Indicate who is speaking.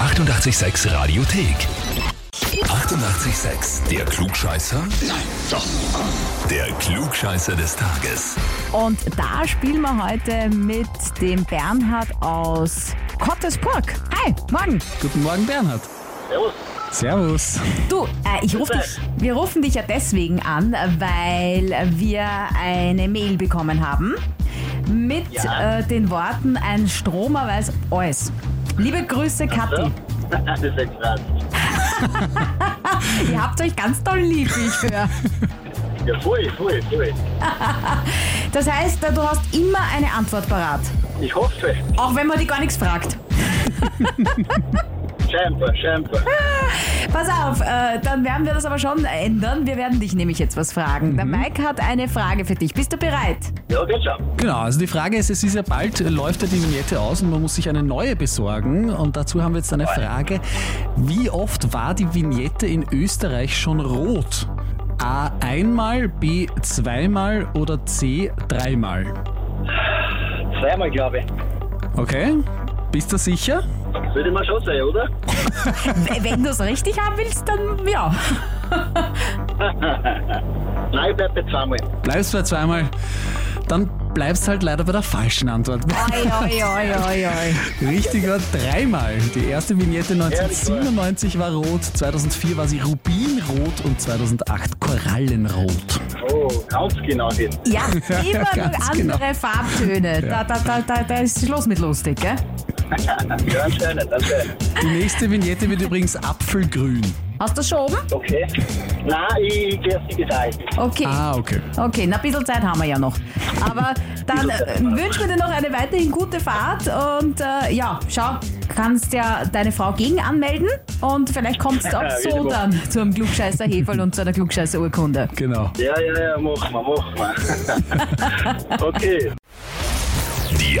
Speaker 1: 886 Radiothek. 88,6. Der Klugscheißer? Nein, doch. Der Klugscheißer des Tages.
Speaker 2: Und da spielen wir heute mit dem Bernhard aus Kottesburg. Hi, morgen.
Speaker 3: Guten Morgen, Bernhard. Servus. Servus.
Speaker 2: Du, äh, ich ruf dich, wir rufen dich ja deswegen an, weil wir eine Mail bekommen haben mit äh, den Worten, ein Stromer weiß alles. Liebe Grüße, Kathi.
Speaker 4: Das ist ja krass.
Speaker 2: Ihr habt euch ganz toll lieb, wie ich höre.
Speaker 4: Ja, voll, voll, voll.
Speaker 2: Das heißt, äh, du hast immer eine Antwort parat,
Speaker 4: Ich hoffe.
Speaker 2: auch wenn man dich gar nichts fragt.
Speaker 4: Scheinbar, scheinbar.
Speaker 2: Pass auf, äh, dann werden wir das aber schon ändern. Wir werden dich nämlich jetzt was fragen.
Speaker 3: Mhm.
Speaker 2: Der Mike hat eine Frage für dich. Bist du bereit?
Speaker 4: Ja, geht schon.
Speaker 3: Genau, also die Frage ist, es ist ja bald, äh, läuft ja die Vignette aus und man muss sich eine neue besorgen. Und dazu haben wir jetzt eine Frage. Wie oft war die Vignette in Österreich schon rot? A einmal, B zweimal oder C dreimal?
Speaker 4: Zweimal, glaube ich.
Speaker 3: Okay, bist du sicher?
Speaker 4: Würde man schon sein, oder?
Speaker 2: W- Wenn du es richtig haben willst, dann ja.
Speaker 4: Nein, ich bleib bei zweimal.
Speaker 3: Bleibst bei zweimal, dann bleibst halt leider bei der falschen Antwort.
Speaker 2: Oi, oi, oi, oi, oi.
Speaker 3: Richtig war dreimal. Die erste Vignette 1997 war rot, 2004 war sie rubinrot und 2008 korallenrot.
Speaker 4: Oh, ganz genau hin.
Speaker 2: Ja,
Speaker 3: Ja,
Speaker 2: immer nur
Speaker 3: ganz genau.
Speaker 2: andere Farbtöne. Da, da, da, da, da ist Schluss mit lustig, gell?
Speaker 4: Ja, anscheinend, anscheinend.
Speaker 3: Die nächste Vignette wird übrigens apfelgrün.
Speaker 2: Hast du das schon oben?
Speaker 4: Okay. Nein, ich gehe auf digital.
Speaker 2: Okay.
Speaker 3: Ah, okay.
Speaker 2: Okay, na, ein bisschen Zeit haben wir ja noch. Aber dann äh, wünschen wir dir noch eine weiterhin gute Fahrt und äh, ja, schau, kannst ja deine Frau gegen anmelden und vielleicht kommst du auch so
Speaker 4: Wunderbar.
Speaker 2: dann zum Klugscheißer Heferl und zu einer Klugscheißer Urkunde.
Speaker 3: Genau.
Speaker 4: Ja, ja, ja, machen wir, machen wir. okay.
Speaker 1: Die